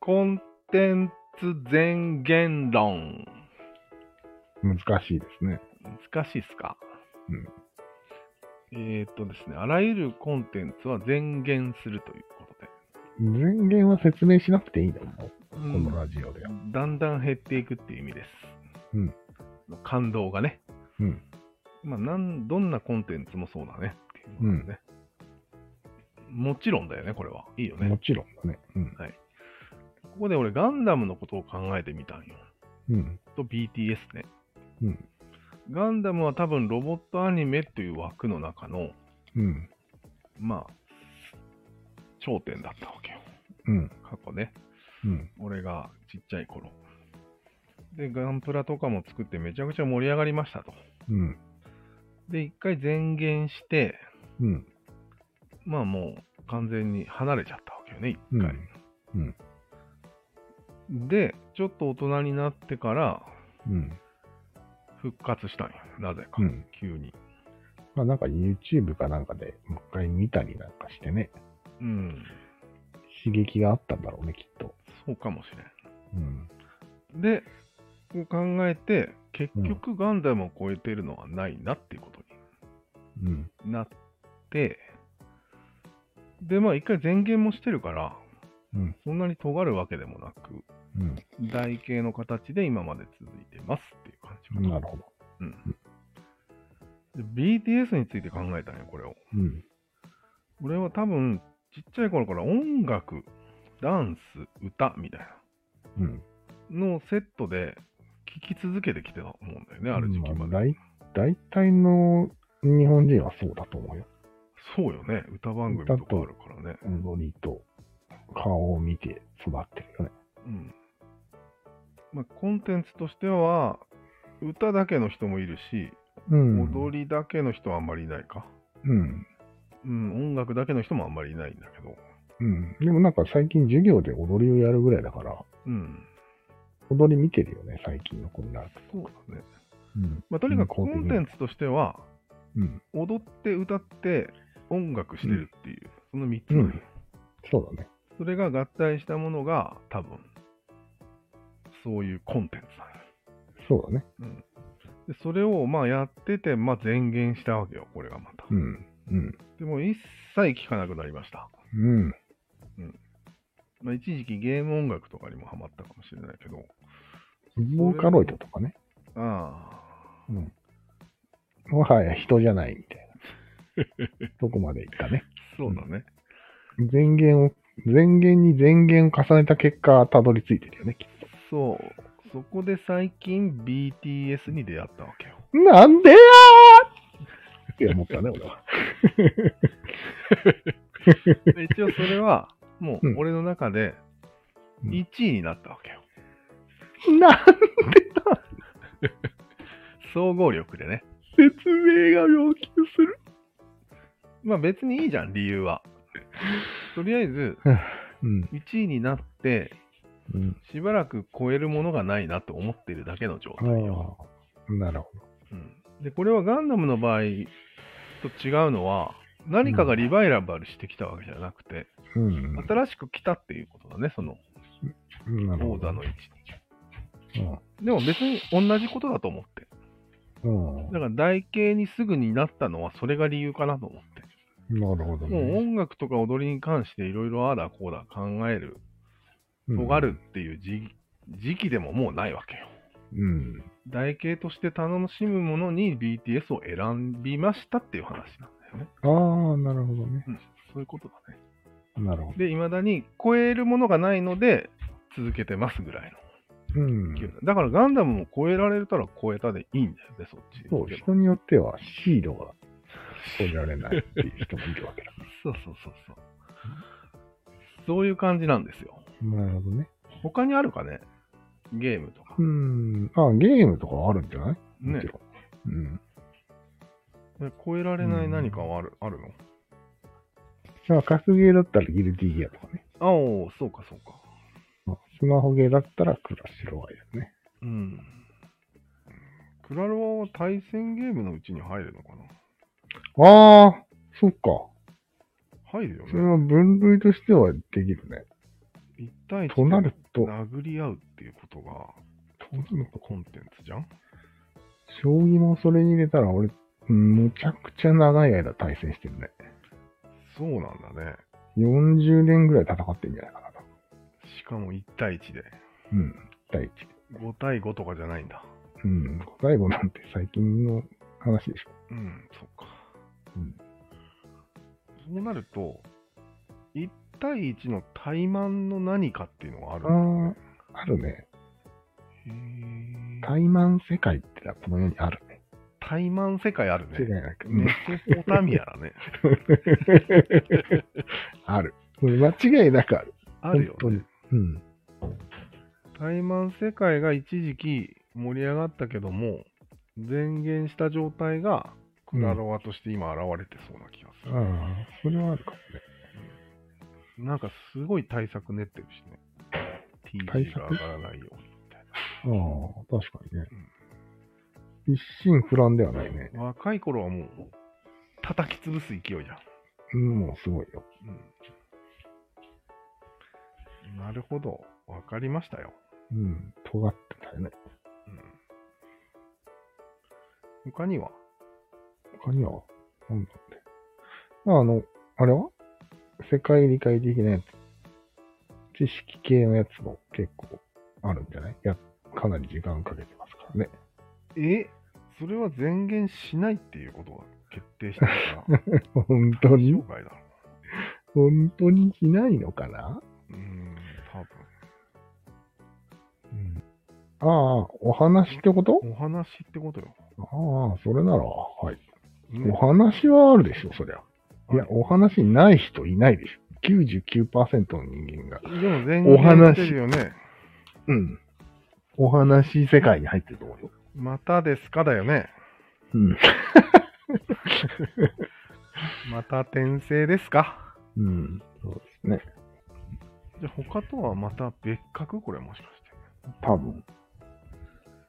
コンテンツ全言論。難しいですね。難しいっすかうん。えーっとですね、あらゆるコンテンツは全言するということで。前言は説明しなくていいのもこう、このラジオでは。だんだん減っていくっていう意味です。うん。感動がね。うん。まあ、なん、どんなコンテンツもそうだねっていうことだね。もちろんだよね、これは。いいよね。もちろんだね。うん。ここで俺、ガンダムのことを考えてみたんよ。うん。と BTS ね。うん。ガンダムは多分ロボットアニメという枠の中の、うん。まあ、頂点だったわけよ。うん。過去ね。うん。俺がちっちゃい頃。で、ガンプラとかも作ってめちゃくちゃ盛り上がりましたと。うん。で、一回前言して、うん。まあもう完全に離れちゃったわけよね、う一ん回。で、ちょっと大人になってからうん。復活したんや。なぜか、うん急に。まあなんか YouTube かなんかでもう一回見たりなんかしてね、うん。刺激があったんだろうね、きっと。そうかもしれん。うん。で、こう考えて、結局ガンダムを超えてるのはないなっていうことうん。になって、で、まあ一回前言もしてるから、うん。そんなに尖るわけでもなく、うん。台形の形で今まで続いてますっていう感じかなるほど。うん。で BTS について考えたんよ、これを。うん。俺は多分、ちっちゃい頃から音楽、ダンス、歌みたいなうん。のをセットで聴き続けてきてたと思うんだよね、ある時期まで。あ大大体の日本人はそうだと思うよ。そうよね。歌番組とかあるからね。踊りと顔を見て育ってるよね。うん。まあ、コンテンツとしては、歌だけの人もいるし、うん。踊りだけの人はあんまりいないか。うん。うん、音楽だけの人もあんまりいないんだけど。うん。でもなんか最近授業で踊りをやるぐらいだから、うん。踊り見てるよね、最近の子になるそと。うだね。うん。まあ、とにかくコンテンツとしては、うん。踊って歌って音楽してるっていう、その3つ、うんそうだね。それが合体したものが多分、そういうコンテンツなんよそうだね。でそれをまあやってて、まあ、前言したわけよ、これがまた。うん。うん。でも一切聞かなくなりました。うん。まあ、一時期ゲーム音楽とかにもハマったかもしれないけど、ボーカロイドとかね。ああ、うん。もはや人じゃないみたいな。 どこまでいったね。そうだね。前言を、前言に前言を重ねた結果、たどり着いてるよね、きっそう、そこで最近 BTS に出会ったわけよ。と。なんでやーって思ったね、俺は。で一応それ は、もううん俺の中でうん1位になったわけよ。なん総合力でね。説明が要求する。まあ別にいいじゃん、理由は。とりあえず、うん。 1位になって、うん。しばらく超えるものがないなと思ってるだけの状あ態よ。あ。なるほど。うん、で、これはガンダムの場合と違うのは、何かがリバイラバルしてきたわけじゃなくて、うん。新しく来たっていうことだね、そのなる王ほど座の位置に。でも別に同じことだと思って。うん。うん。だかなら台形にすぐになったのはそれが理由かなと思って。るほどね。もう音楽とか踊りに関していろいろああだこうだ考える、尖るっていう時,、時期でももうないわけよ。うん。台形として楽しむものに BTS を選びましたっていう話なんだよね。うん。ああ、なるほどね。うん、そういうことだね。なるほど。で、未だに超えるものがないので続けてますぐらいうんの。。だからガンダムも超えられたら超えたでいいんだよね、そっち。そう、けど人によってはシードが超えられないっていう人もいるわけだ。そうそうそうそう。そういう感じなんですよ。なるほどね。他にあるかねゲームとかう。ん。あ、ゲームとかはあるんじゃないもねち。ろん。うん。え超えられない何かはある,、あるのだから、格ゲーだったらギルディギアとかね。あお、そうかそうか。スマホゲーだったらクラッシュロワイヤルね。うん。クラロワは対戦ゲームのうちに入るのかなああ、そっか。入るよそれね。は分類としてはできるね。一対一となると殴り合うっていうことが、となるとコンテンツじゃん将棋もそれに入れたら俺、うんむちゃくちゃ長い間対戦してるね。そうなんだね。 40年ぐらい戦ってんじゃないかなと。しかも1対1で。うん。第一。 5対5とかじゃないんだ。うん。最後なんて最近の話でしょ。うん、そっか。うん。そうなると、1対1の対マンの何かっていうのがあるんあだあ、あるね。ね。へータイマン世界ってのはこの世にあるね。対マン世界ある世界ね。なくメね。ソポタミアだね。ある。これ間違いなくある。あるよ。本当に。うん。対マン世界が一時期盛り上がったけども、前言した状態がクラロワとして今現れてそうな気がする。ああ、それはあるかもね。なんかすごい対策練ってるしね。T 対字策が上がらないようにみたいああ、確かにね。一心不乱ではないね。な。若い頃はもう叩き潰す勢いじゃん。うん、もうすごいよ。うん、なるほど。わかりましたよ。うん、尖ってたよね。うん、他には他には、なんだって。ああの、あれは世界理解できないやつ。知識系のやつも結構あるんじゃないいや、かなり時間かけてますからね。え それは前言しないっていうことが決定してる から。本当に了解だろ本当にしないのかなう。うん、多うん。ああ、お話ってこと分。お話ってことよ。ああ、それなら、はい。ねお話はあるでしょ、そりゃ。いや、お話ない人いないでしょ。99%の人間が。でも前お話言してるよね。うん。お話世界に入ってると思うよ。またですかだよね。うん。 また転生ですかうん。そうですね。じゃあ他とはまた別格これもしか多分。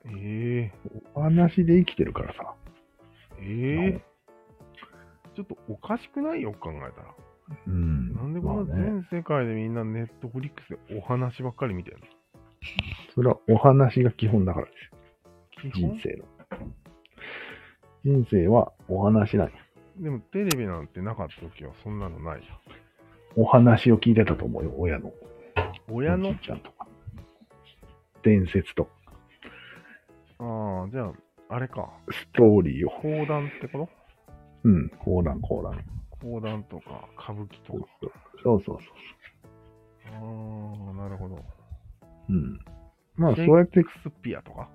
して。えお話で生きてるからさ。えええちょっとおかしくないよく考えたら。うん。なんでこんなまあね、全世界でみんなネットフリックスでお話ばっかり見てるのそれはお話が基本だからです基よ。人本生の。人生はお話ない。でもテレビなんてなかった時はそんなのないじお話を聞いてたと思うよ、親の。ゃん。親のおじいちゃんとか。伝説とかああ、じゃあ、あれか。ストーリーを。講談ってこうん。講談、講談。と講談とか歌舞伎そとうか。そうそうそうそう。ああ、なるほど。うん。まあ、そシェイうやってク、スピアとか。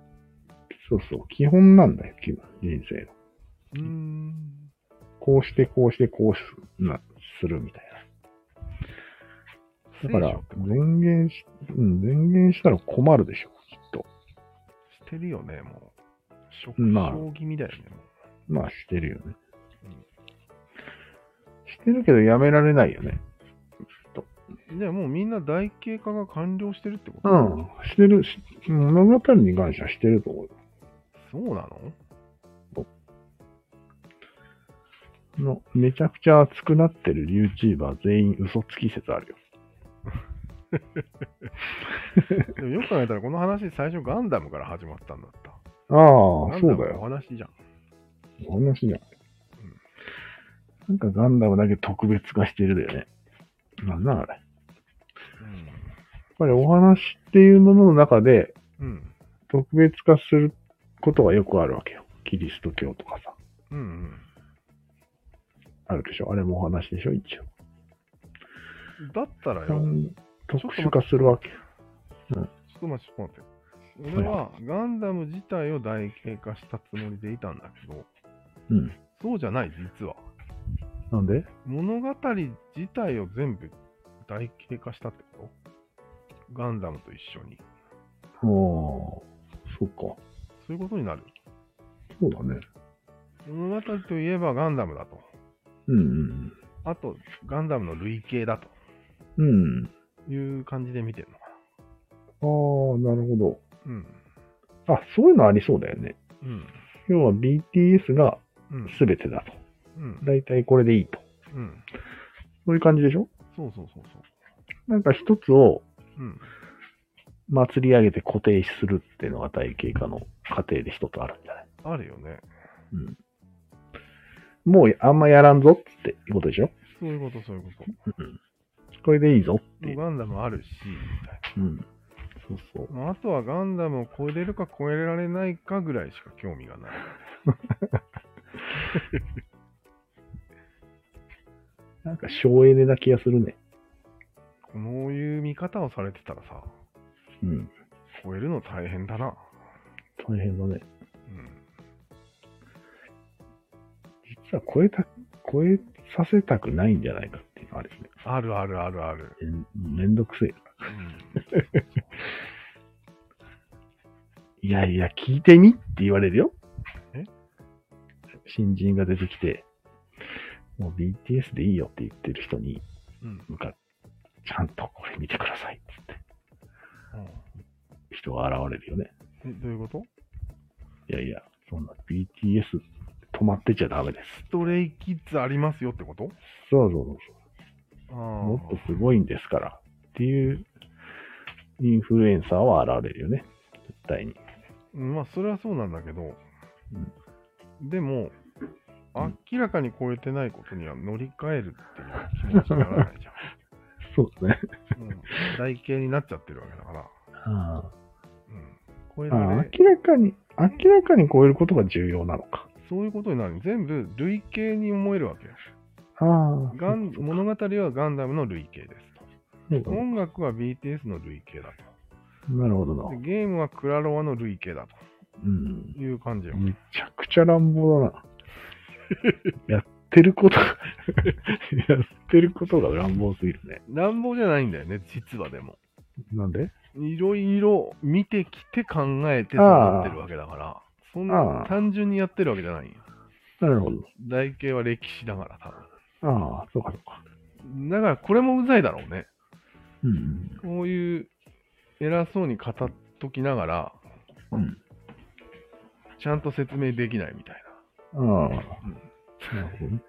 そうそう、基本なんだよ、基本人生の。うーん。こうして、こうして、こうすなするみたいな。だ聖か書らっ、てこと前言し、うん、前言したら困るでしょ、きっと。してるよね、もう。食まあ傷気味だよね、もまあ、してるよねうん。してるけど、やめられないよね。う。じゃあもうみんな台形化が完了してるってことうん。してるし、物語に関してはしてると思うよ。そうなののめちゃくちゃ熱くなってる YouTuber 全員嘘つき説あるよ。でもよく考えたらこの話最初ガンダムから始まったんだった。あガあ、ンそダうムだのおよ。話じゃん。お話じゃん。なんかガンダムだけ特別化してるだよね。なんなんあれ。やっぱりお話っていうものの中でうん。特別化することはよくあるわけよ。キリスト教とかさ、うん。うん。あるでしょ。あれもお話でしょ、一応。うん、だったらよ、ちうょん特殊化するわけよ。っと待って、ちょっと待って。俺はガンダム自体を台形化したつもりでいたんだけど、うん。そうじゃない、実は。なんで物語自体を全部台形化したってことガンダムと一緒に。ああ、そっか。そういうことになる。そうだね。物語といえばガンダムだと。うんうんあと、ガンダムの類型だうん。うん。という感じで見てるのかああ、なるほな。うん。ど。あ、そういうのありそうだよね。うん。要は BTS がうん。全てだと。うん。だいたいこれでいいと。うん。そういう感じでしょそうそうそうなんか一つをうん。祭り上げて固定するっていうのが体系化の過程で一つあるんじゃないあるよね。もうあんまやらんぞっていうことでしょそういうこと、そういうこと。これでいいぞっていう。ガンダムあるし、うん。そうそう。まあ、あとはガンダムを超えれるか超えられないかぐらいしか興味がない。なんか省エネな気がするね。こういう見方をされてたらさ、うん。超えるの大変だな。大変だね。うん。実は超えた、超えさせたくないんじゃないかっていうのはあれですね。あるあるあるある。めんめんどくせえ。うん。いやいや、聞いてみって言われるよ。え新人が出てきて、もう BTS でいいよって言ってる人にうん。向かって、ちゃんとこれ見てくださいって言って人が現れるよね。え、どういうこといやいや、そんな BTS 止まってちゃダメです。ストレイキッズありますよってことそうそうそうそああ。う。もっとすごいんですから。っていうインフルエンサーは現れるよね。絶対に。うんまあ、それはそうなんだけど、うんでも、うん明らかに超えてないことには乗り換えるっていう気持ちにならないじゃん。そうですね。 うん、台形になっちゃってるわけだから。あうん、これあね、明らかに、明らかに超えることが重要なのか。そういうことになる。全部類型に思えるわけよ。ああガン物語はガンダムの類型ですそうと。だね音楽は BTS の類型だなるほどと。でな。ゲームはクラロワの類型だうんと。いう感じよ。めちゃくちゃ乱暴だ な。やってることが やってることが乱暴すぎるね。乱暴じゃないんだよね、実はでも。なんでいろいろ見てきて考えてそうなってるわけだから、そんなああ単純にやってるわけじゃないよ。なるほど。台形は歴史だから、多ああ、そうかそうか。分。だからこれもうざいだろうね。うん。こういう偉そうに語っときながら、うんちゃんと説明できないみたいああ。なるほどね。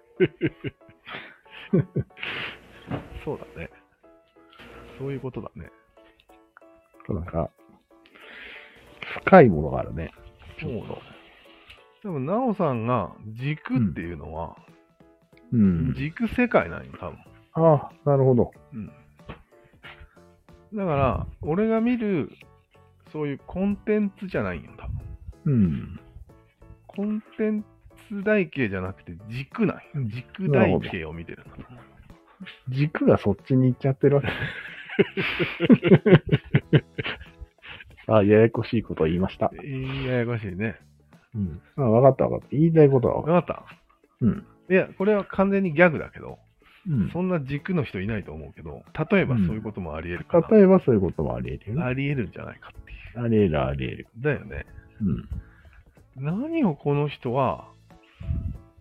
な。そうだね。そういうことだね。なんか、深いものがあるね。そうだ。でも、なおさんが軸っていうのは、うん。軸世界なんよ、多分。ああ、なるほど。だから、俺が見る、そういうコンテンツじゃないんよ、多分。うん。コンテンツ台形じゃなくて軸なんようん。軸台形を見てるんだと思う。軸がそっちに行っちゃって るわけ。ああ、ややこしいことを言いました。えーややこしいね。うん。ああ、わかったわかった。言いたいことはわかっわかったた。うん。いや、これは完全にギャグだけど、うんそんな軸の人いないと思うけど、例えばそういうこともあり得るから、例えばそういうこともあり得るよね。あり得るんじゃないかっていあり得るあり得る。う。だよね。うん。何をこの人は、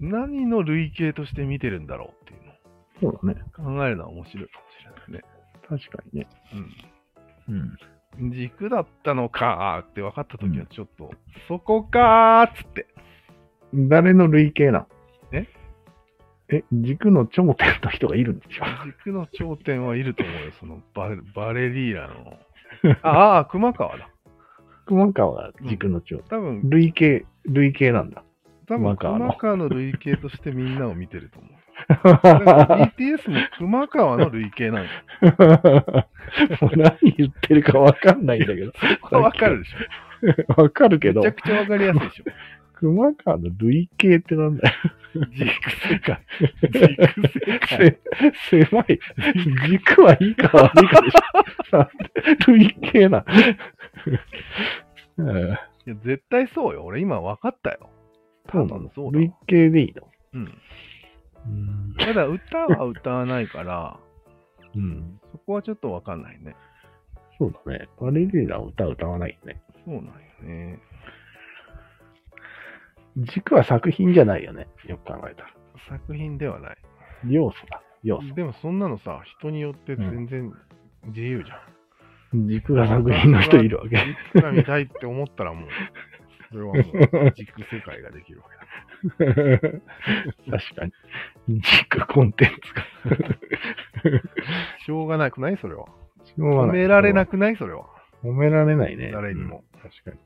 何の類型として見てるんだろうっていうのそうだね。を考えるのは面白いかもしれない確かにね。ね。うん。うん。軸だったのかーって分かった時はちょっと、そこかーっつって。誰の類型なのええ、軸の頂点の人がいるんでしょ軸の頂点はいると思うよ、そのバレバレリーナ の。ああ、熊川だ。熊川が軸の頂点。多分、類型、類型なん だ。多分熊川の熊川の類型としてみんなを見てると思う。だから BTS も熊川の類型なん だもう何言ってるかわかんないんだけど。よ。わかるでしわかる。わかるけょ。めどち、ゃくちゃわかりやすいでしょ。熊川の類型ってなんだよ。 軸世界。軸世界。せ狭い。軸はいいか悪いかでしょ。なんで類型な。うんいや絶対そうよ。俺今わかったよ。そうなのそうだ類わ型でいいの。うん。うん。ただ歌は歌わないから、うん。そこはちょっとわかんないね。そうだね。バレリーナは歌歌わないよね。そうなんよね。軸は作品じゃないよね。よく考えたら。作品ではない。要素だ。要素。でもそんなのさ、人によって全然自由じゃん。軸が作品の人いるわけ。 いくら見たいって思ったらもう、それはもう、軸世界ができるわけだ。確かに。軸コンテンツが。 しょうがなくないそれは。ししょうが褒ない。められなくないそれは。褒められないね。誰にもうん。確かに。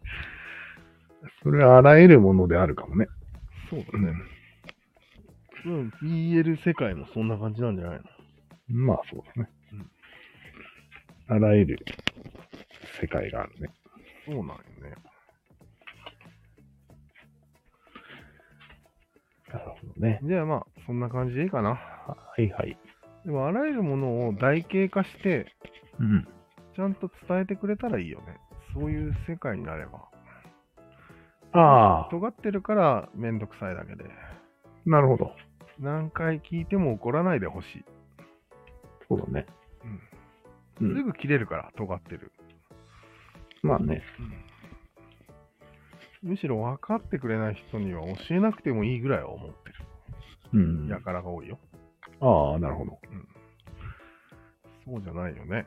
それはあらゆるものであるかもね。そうだね。うん、BL 世界もそんな感じなんじゃないのまあそうだね。あらゆる世界があるね。そうなんよね。なるほどね。じゃあまあ、そんな感じでいいかな。はいはい。でも、あらゆるものを台形化して、うん。ちゃんと伝えてくれたらいいよね。そういう世界になれば。ああ、尖ってるからめんどくさいだけで。なるほど。何回聞いても怒らないでほしい。そうだね。うんすぐ切れるから、尖ってる。まあね。むしろ分かってくれない人には教えなくてもいいぐらいは思ってうる。ん。やからが多いよ。ああ、なるほど。そうじゃないよね。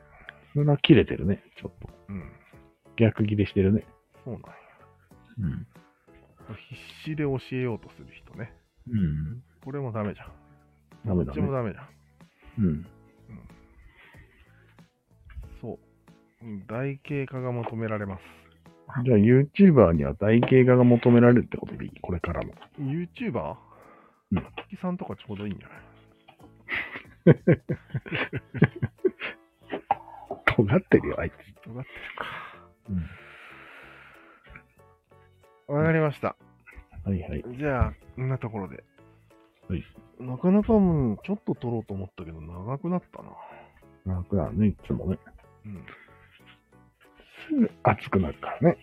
それは切れてるね。ちょっと。うん。逆切れしてるね。そうなんようん。必死で教えようとする人ね。うん。これもダメじゃん。ダメこだっちもね。ダメじゃん。うん。そううん。台形化が求められます。じゃあ YouTuber には台形画が求められるってことでいいこれからも。 YouTuber? うん楽器さんとかちょうどいいんじゃない尖ってるよ、あいつ。尖ってるうんか。わかりました。はいはい。じゃあ、こんなところで。はい。なかなかもう、ちょっと撮ろうと思ったけど、長くなったな。長くなるね、いつもね。うん。熱くなるからね。